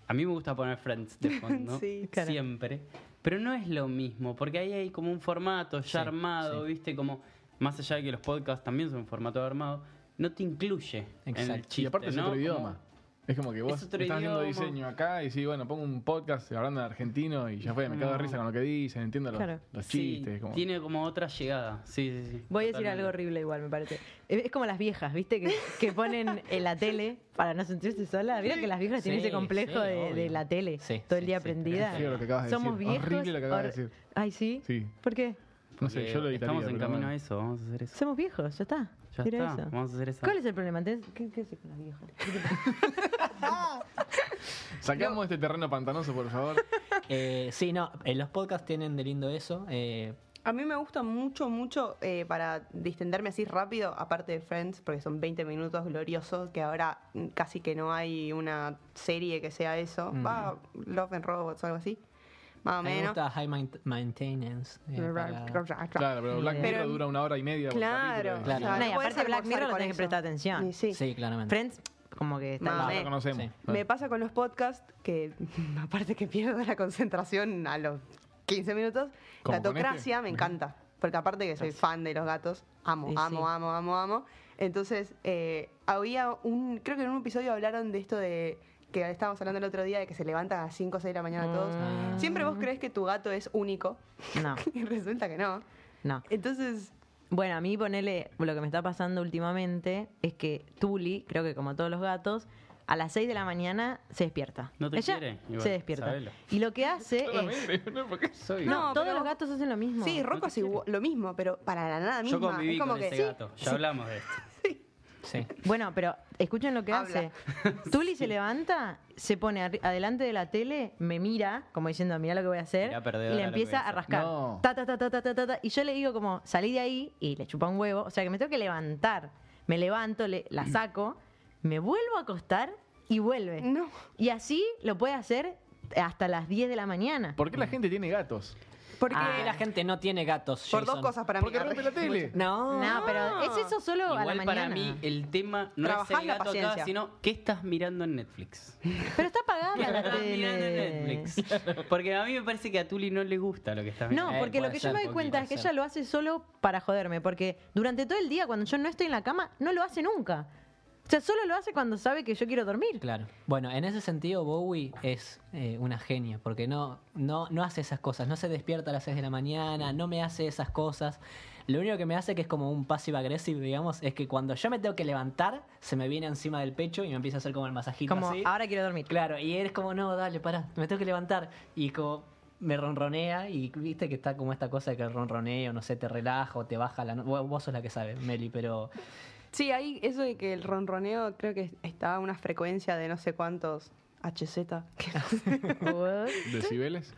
A mí me gusta poner Friends de fondo. Sí, claro. Siempre. Pero no es lo mismo, porque ahí hay como un formato ya armado, ¿viste? Como. Más allá de que los podcasts también son un formato armado, no te incluye. en el Exacto. y chiste, aparte es ¿no? otro Como- idioma. Es como que vos Es otro estás haciendo idioma. diseño acá y sí, bueno, pongo un podcast hablando de argentino y ya fue, me cago de No. risa con lo que dicen, entiendo los, Claro. los Sí, chistes. como- Tiene como otra llegada. Sí, sí, sí. Voy a decir Totalmente. algo horrible igual, me parece. Es es como las viejas, ¿viste? Que, que ponen en la tele para no sentirse sola. ¿Vieron que las viejas tienen Sí, ese complejo sí, de, de obvio. la tele? Sí, todo el sí, día sí, prendida. es feo lo que acabas de Somos decir. viejos. Horrible lo que acabas de hor- decir. Ay, ¿sí? Sí. ¿Por qué? No sé, yo lo Porque editaría. Estamos en pero camino bueno. a eso, vamos a hacer eso. Somos viejos, ya está. Ya Era está, eso. vamos a hacer eso. ¿Cuál es el problema? ¿Tenés- ¿Qué, qué haces con las viejas? Sacamos este terreno pantanoso, por favor. Eh, sí, no, eh, los podcasts tienen de lindo eso. eh, A mí me gusta mucho, mucho eh, para distenderme así rápido, aparte de Friends, porque son 20 minutos gloriosos, que ahora mm, casi que no hay una serie que sea eso. Mm. Va, Love and Robots o algo así. Más a o mí me menos. gusta High main- Maintenance. eh, para- Claro, pero Black Pero- Mirror dura una hora y media. por Claro, capítulo. Claro. o sea, No, y no puedes aparte Black almorzar Mirror con tenés que eso. prestar atención. Y sí. Sí, claramente. Friends, como que está... Mamá. Ah, Sí. lo conocemos. Sí. Me pasa con los podcasts que, aparte que pierdo la concentración a los 15 minutos, ¿Como con Gatocracia este? me encanta. Porque aparte que soy fan de los gatos, amo, Y amo, sí. amo, amo, amo. Entonces, eh, había un. Creo que en un episodio hablaron de esto de. Que estábamos hablando el otro día de que se levantan a las 5 o 6 de la mañana todos. Ah. Siempre vos crees que tu gato es único. No, Y resulta que no. no. Entonces, Bueno, a mí ponele, lo que me está pasando últimamente es que Tuli, creo que como todos los gatos, a las 6 de la mañana se despierta. No te Ella quiere, igual, se despierta. sabelo. Y lo que hace es... Claramente, ¿no? Porque Soy No, No, todos pero- los gatos hacen lo mismo. sí, Rocco es igual- lo mismo, pero para la nada misma. Yo conviví es como con que. ese sí, gato, ya hablamos de esto. Sí. Bueno, pero escuchen lo que Habla. hace. Tuli se levanta, se pone arri- adelante de la tele, me mira, como diciendo, mira lo que voy a hacer, Mirá, perdedora, y le lo que voy empieza a a hacer. rascar. No. Ta, ta, ta, ta, ta, ta, ta, ta. Y yo le digo como, salí de ahí y le chupa un huevo. O sea que me tengo que levantar. Me levanto, le- la saco, me vuelvo a acostar y vuelve. No. Y así lo puede hacer hasta las 10 de la mañana. ¿Por qué la gente tiene gatos? Porque Ah. ¿Por qué la gente no tiene gatos? Por dos Jason? cosas para mí. Ah. Porque rompe la tele. No. No, pero es eso solo a la Igual mañana. para mí el tema no es Trabajás el la gato acá, paciencia. sino ¿qué estás mirando en Netflix? Pero está apagada la estás mirando en tele. Netflix? Porque a mí me parece que a Tuli no le gusta lo que está mirando. No, Eh, porque lo puede que ser, yo me doy porque cuenta puede es que ser. ella lo hace solo para joderme, porque durante todo el día, cuando yo no estoy en la cama, no lo hace nunca. O sea, solo lo hace cuando sabe que yo quiero dormir. Claro. Bueno, en ese sentido Bowie es eh, una genia, porque no, no, no hace esas cosas, no se despierta a las 6 de la mañana, no me hace esas cosas. Lo único que me hace que es como un passive aggressive, digamos, es que cuando yo me tengo que levantar, se me viene encima del pecho y me empieza a hacer como el masajito Como, así. ahora quiero dormir. Claro, y eres como, no, dale, pará, me tengo que levantar. Y como me ronronea y viste que está como esta cosa de que ronroneo, no sé, te relajo, te baja la... no- Vos vos sos la que sabe, Meli, pero... Sí, ahí eso de que el ronroneo creo que estaba a una frecuencia de no sé cuántos HZ. que no sé. ¿Decibeles?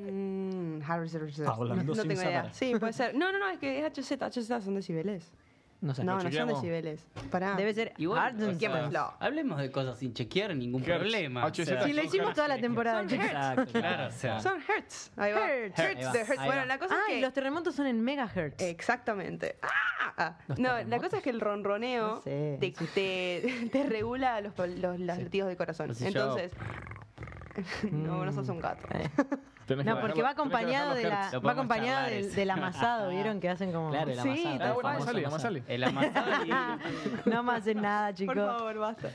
Mm, Harris, Harris, Harris. Hablando no, no sin tengo idea. saber. Sí, puede ser. No, no, no, es que es HZ, HZ son decibeles. No sé. No, no son chequeamos? decibeles. Pará. Debe ser Igual, Arden o sea, Tiemblo. hablemos de cosas sin chequear, ningún Hertz, problema. HZ. Si lo hicimos toda la temporada. entera. Exacto, Claro, o sea. Son hertz. Ahí va. Hertz. Hertz, Ahí va, de hertz. ahí Bueno, va. la cosa Ah, es y que... los terremotos son en megahertz. Exactamente. ¡Ah! No, la cosa es que el ronroneo No sé. te, te- te regula los, los, los latidos del corazón. Los sillados. Entonces, no, no sos un gato. Eh. Tenés No, que porque bajarlo- va tenés que bajar acompañado los de la, hertz. Lo va podemos acompañado charlar del, ese. del amasado, ¿vieron? Que hacen como... Claro, el Sí, amasado. tal el cual. famoso Amasale, amasado. amasale. El amasado y- No me hacen nada, Por chicos. favor, basta.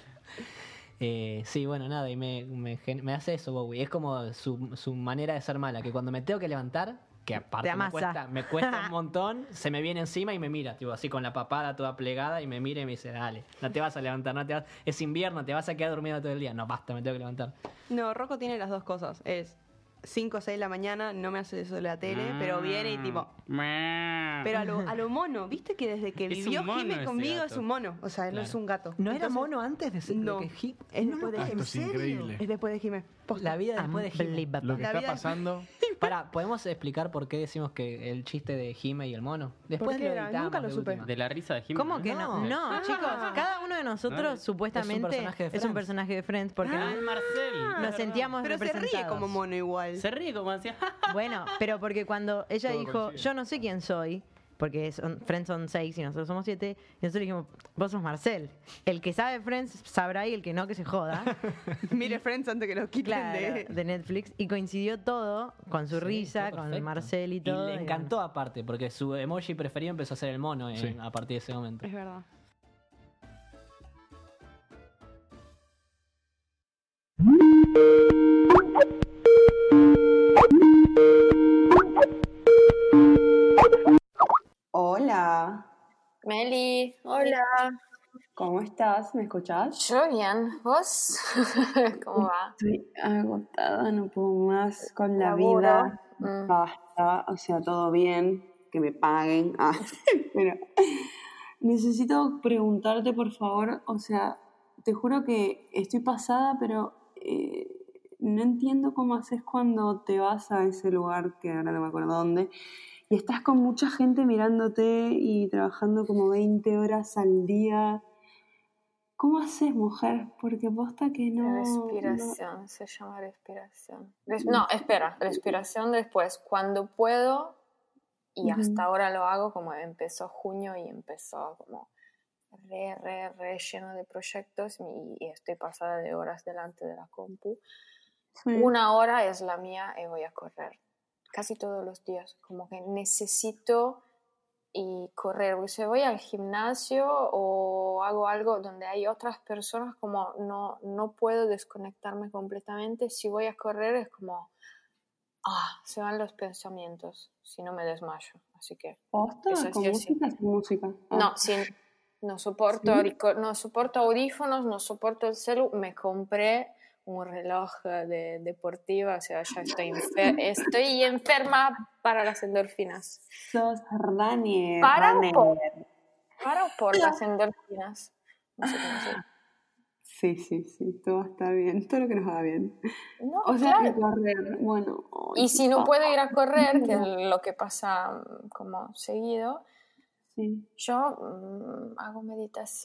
Eh, sí, bueno, nada, y me, me, gen- me hace eso, Bowie. Es como su, su manera de ser mala, que cuando me tengo que levantar, que aparte Te me amasa. cuesta, me cuesta un montón, se me viene encima y me mira, tipo así con la papada toda plegada y me mira y me dice, dale, no te vas a levantar, no te vas, es invierno, te vas a quedar durmiendo todo el día. No, basta, me tengo que levantar. No, Rocco tiene las dos cosas. Es 5 o 6 de la mañana, no me hace eso de la tele, pero viene y "Mm". tipo. Mm. Pero a lo, a lo mono, viste que desde que Ah. Es un vivió mono Jime ese conmigo gato. es un mono. O sea, no Claro. es un gato. ¿No era Entonces, mono antes de ser No. de que Jim- Es No, después de no, Jim. Esto es increíble. Es después de Jimé. La vida después Ah, de Jime. Lo que La está vida- pasando. Para, ¿podemos explicar por qué decimos que el chiste de Jime y el mono? Después qué lo era? editamos Nunca lo de supe. última. De la risa de Jimmy. ¿Cómo que no? No. No, chicos, Ah. cada uno de nosotros supuestamente personaje de es un Friends. personaje de Friends porque Ah, es no- Marcel. nos sentíamos Pero se ríe representados. como mono igual. Se ríe como hacía. Bueno, pero porque cuando ella Todo dijo, coincide. yo no sé quién soy, porque son- Friends son seis y nosotros somos siete, y nosotros dijimos, vos sos Marcel. El que sabe Friends sabrá y el que no, que se joda. Mire Friends antes que lo quiten claro, de. de Netflix. Y coincidió todo con su Sí, risa, está con perfecto. Marcel y todo. le y encantó aparte, porque su emoji preferido empezó a ser el mono en- Sí. a partir de ese momento. Es verdad. Hola, Meli, hola. ¿cómo estás? ¿Me escuchás? Yo bien, ¿vos? ¿Cómo va? Estoy agotada, no puedo más con la Laburo. vida. Ah. Mm. Basta, o sea, todo bien, que me paguen. Ah, pero necesito preguntarte, por favor, o sea, te juro que estoy pasada, pero eh, no entiendo cómo haces cuando te vas a ese lugar, que ahora no me acuerdo dónde, y estás con mucha gente mirándote y trabajando como 20 horas al día. ¿Cómo haces, mujer? Porque posta que no... La no- respiración, se llama respiración. Res- no, espera, respiración después, cuando puedo, y Ujú. hasta ahora lo hago, como empezó junio y empezó como re, re, re lleno de proyectos y, y estoy pasada de horas delante de la compu. Sí. Una hora es la mía y voy a correr casi todos los días. Como que necesito y correr. O sea, voy al gimnasio o hago algo donde hay otras personas, como no, no puedo desconectarme completamente. Si voy a correr es como, ah, se van los pensamientos, si no me desmayo. Así que ¿Posta? Eso es ¿Con sí o sí. música? Sin música. Ah. no, sin, no soporto, ¿Sí? aurico- no soporto audífonos, no soporto el celu. Me compré un reloj eh, de deportiva, o sea, ya estoy, enfer- estoy enferma para las endorfinas. Sos Eh, Ranier. Para un Ranier. poco. Para o por las endorfinas. No sé cómo se dice. Sí, sí, sí, todo está bien, todo lo que nos va bien. No, O sea, claro. y correr, bueno. ay, Y si no pa- puedo ir a correr, que es lo que pasa mm, como seguido, Sí. Yo mm, hago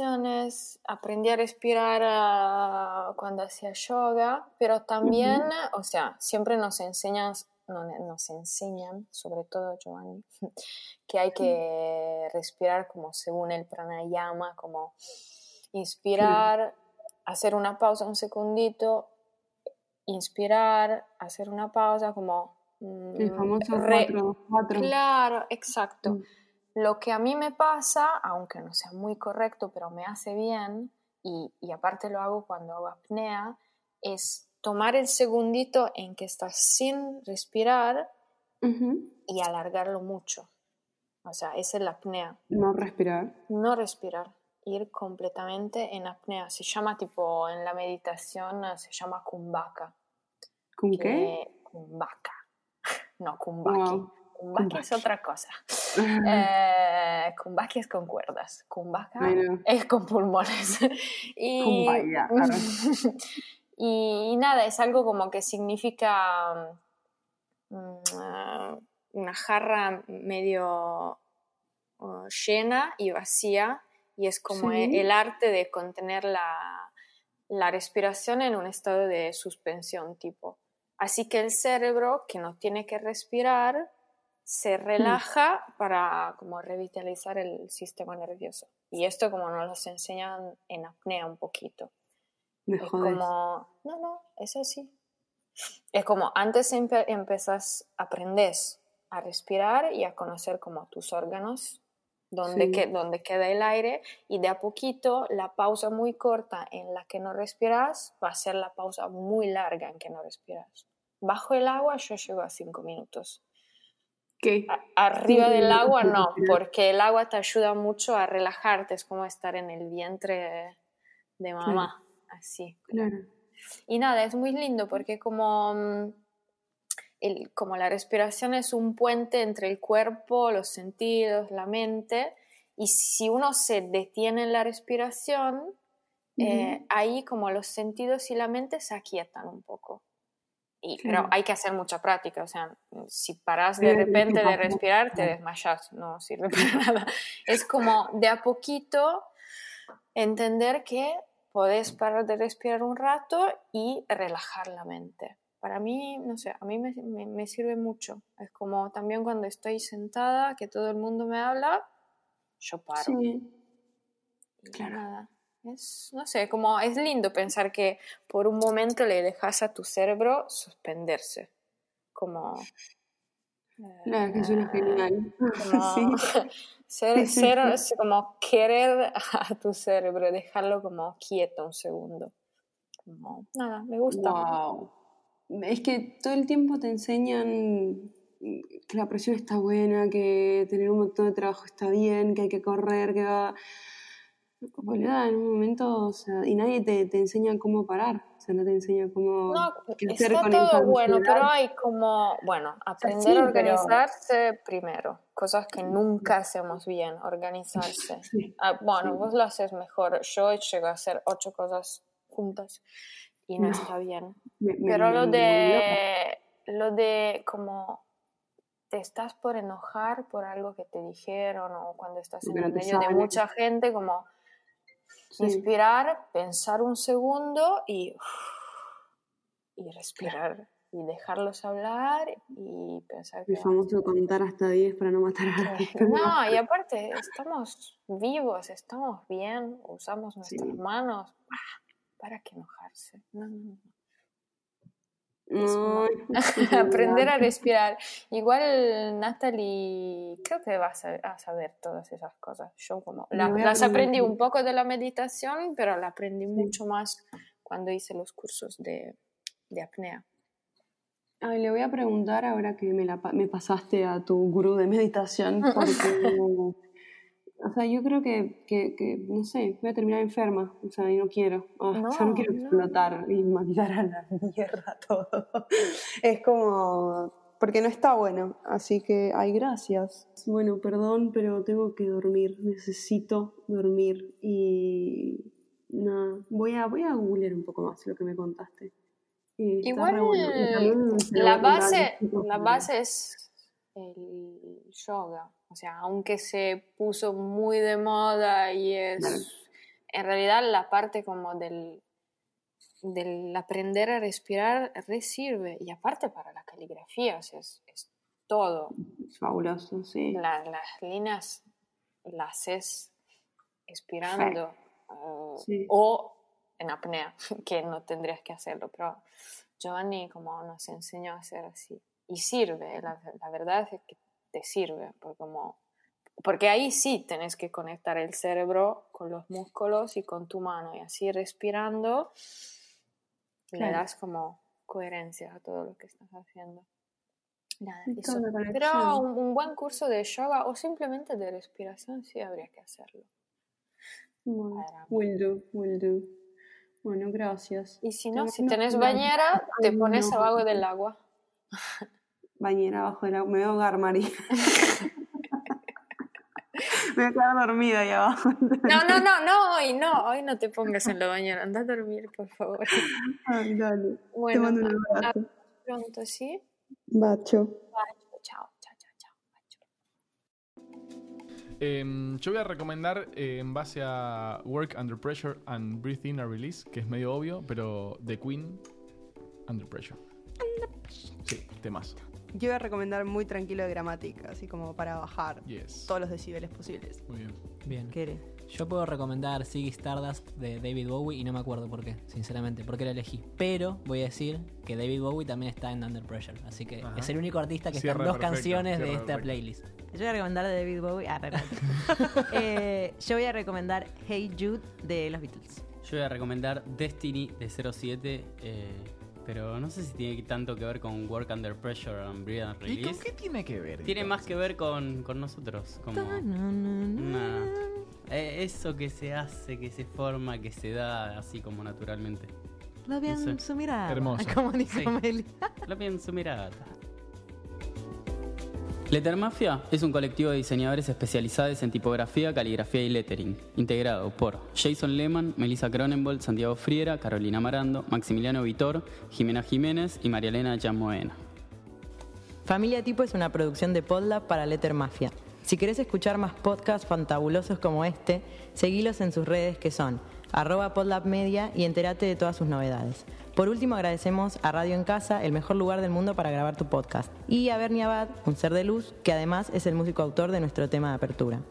meditaciones, aprendí a respirar ah, cuando hacía yoga, pero también, o sea, siempre nos enseñan, no, nos enseñan, sobre todo Giovanni, que hay que respirar como según el pranayama, como inspirar, hacer una pausa un segundito, inspirar, hacer una pausa, como... mm, El famoso re- 4 4 Claro, exacto. Mm. Lo que a mí me pasa, aunque no sea muy correcto, pero me hace bien, y, y aparte lo hago cuando hago apnea, es tomar el segundito en que estás sin respirar y alargarlo mucho. O sea, esa es la apnea. No respirar. No respirar, ir completamente en apnea. Se llama tipo, en la meditación eh, se llama kumbhaka. ¿Con que- qué? Kumbhaka. No, kumbhaki. Wow. Kumbaki, es Kumbaki. otra cosa. Eh, kumbaki es con cuerdas. Kumbaka Bueno. es con pulmones. y, Kumbaya, arre. y nada, es algo como que significa mm, ah, una jarra medio uh, llena y vacía. Y es como Sí. e- el arte de contener la, la respiración en un estado de suspensión tipo. Así que el cerebro, que no tiene que respirar, se relaja para como revitalizar el sistema nervioso. Y esto como nos los enseñan en apnea un poquito. Me Es jodes. como, no, no, eso sí. Es como antes empe- empezás, aprendes a respirar y a conocer como tus órganos, dónde, Sí. que- dónde queda el aire y de a poquito la pausa muy corta en la que no respiras va a ser la pausa muy larga en que no respiras. Bajo el agua yo llego a cinco minutos. ¿Qué? A- Arriba Sí, del sí, agua sí, no, sí. porque el agua te ayuda mucho a relajarte, es como estar en el vientre de mamá, así. Claro. Y nada, es muy lindo porque como, mm, el- como la respiración es un puente entre el cuerpo, los sentidos, la mente, y si uno se detiene en la respiración, eh, Ujú. ahí como los sentidos y la mente se aquietan un poco. Y, Claro. Pero hay que hacer mucha práctica, o sea, si paras Sí, de hay que repente de bajar, respirar, te claro. desmayas, no sirve para nada. Es como de a poquito entender que podés parar de respirar un rato y relajar la mente. Para mí, no sé, a mí me, me- me sirve mucho. Es como también cuando estoy sentada, que todo el mundo me habla, yo paro. Sí. Y claro. nada. Es, no sé, como es lindo pensar que por un momento le dejas a tu cerebro suspenderse. Como... eh, Claro, que suena genial. como Sí. ser, Sí, sí, ser- sí. es como querer a tu cerebro, dejarlo como quieto un segundo. Como, nada, me gusta. Wow. Es que todo el tiempo te enseñan que la presión está buena, que tener un montón de trabajo está bien, que hay que correr, que va. Boluda, en un momento, o sea, y nadie te, te enseña cómo parar, o sea, no te enseña cómo No, qué hacer está con todo esa bueno, ansiedad. pero hay como, bueno, aprender sí, a pero- organizarse primero, cosas que nunca hacemos bien, organizarse. Sí. Ah, bueno, Sí. vos lo haces mejor, yo llego a hacer ocho cosas juntas y no No. está bien. Me- me- Pero me- lo me volvió de, lo de como te estás por enojar por algo que te dijeron o cuando estás en Pero el te medio de sale. mucha gente, como Sí. inspirar, pensar un segundo y, y respirar y dejarlos hablar y pensar que... El famoso contar hasta 10 para no matar a la que- No, y aparte estamos vivos, estamos bien, usamos nuestras Sí. manos. Ah, ¿Para qué enojarse? No, no, no. No, aprender a respirar. Igual, Natalie, creo que vas a, a saber todas esas cosas. Yo como Me la- voy a las aprendí aprender. un poco de la meditación, pero la aprendí mucho más cuando hice los cursos de, de apnea. Ay, le voy a preguntar ahora que me, la, pa- me pasaste a tu gurú de meditación, Mm, porque, o sea, yo creo que, que, que, no sé, voy a terminar enferma, o sea, y no quiero, Ah, No, o sea, no quiero no. explotar y mandar a la mierda todo. Es como, porque no está bueno, así que, ay, gracias. Bueno, perdón, pero tengo que dormir, necesito dormir y, nada, voy a, voy a googlear un poco más lo que me contaste. Y está Igual eh, re bueno. Y también se lo la voy a contar a base, mis chicos la para- base es el yoga. O sea, aunque se puso muy de moda y es Claro. en realidad la parte como del del aprender a respirar re sirve y aparte para la caligrafía o sea, es, es todo Es fabuloso, sí. La- las líneas las es expirando eh, Sí. o en apnea, que no tendrías que hacerlo, pero Giovanni como nos enseñó a hacer así. Y sirve, la, la verdad es que te sirve, porque, como, porque ahí sí tenés que conectar el cerebro con los músculos y con tu mano, y así respirando le Claro. das como coherencia a todo lo que estás haciendo. Nada, Y eso- toda la pero conexión. un, un buen curso de yoga o simplemente de respiración sí habría que hacerlo. Bueno, Para- will do, will do. Bueno, gracias. Y si Te no, mando si tenés un bañera, te Ay, pones no. abajo del agua. Bañera abajo del agua. Me voy a ahogar, María. Me voy a quedar dormida ahí abajo. No, no, no, no, hoy no, hoy no te pongas en la bañera, anda a dormir, por favor. Ay, dale. Te Bueno, ah, mando un a- a- abrazo. pronto, ¿sí? Bacho. Chao, chao, chao, chao. chao. Em, yo voy a recomendar eh, en base a Work Under Pressure and Breathe In a Release, que es medio obvio, pero The Queen Under Pressure. Sí, temazo. Yo voy a recomendar muy tranquilo de gramática, así como para bajar Yes. todos los decibeles posibles. Muy bien. Bien. Quere. Yo puedo recomendar Ziggy Stardust de David Bowie y no me acuerdo por qué, sinceramente, por qué lo elegí. Pero voy a decir que David Bowie también está en Under Pressure, así que Ajá. es el único artista que está Cierre en dos perfecto, canciones de cierre esta perfecto. playlist. Yo voy a recomendar de David Bowie. Ah, perdón. Eh, yo voy a recomendar Hey Jude de los Beatles. Yo voy a recomendar Destiny de 07, eh, pero no sé si tiene tanto que ver con Work Under Pressure and Breathe and ¿Y con Release. qué tiene que ver? Tiene más que ver con, con nosotros, como una- eh, eso que se hace, que se forma, que se da así como naturalmente. Lo vi en No sé. su mirada. Hermoso. Como dijo Sí. Meli. La pienso mirada. Lettermafia es un colectivo de diseñadores especializados en tipografía, caligrafía y lettering, integrado por Jason Lehman, Melissa Cronenbold, Santiago Friera, Carolina Marando, Maximiliano Vitor, Jimena Jiménez y María Elena Chamoena. Familia Tipo es una producción de Podlab para Letter Mafia. Si querés escuchar más podcasts fantabulosos como este, seguilos en sus redes que son arroba Podlab Media y entérate de todas sus novedades. Por último, agradecemos a Radio en Casa, el mejor lugar del mundo para grabar tu podcast, y a Bernie Abad, un ser de luz, que además es el músico autor de nuestro tema de apertura.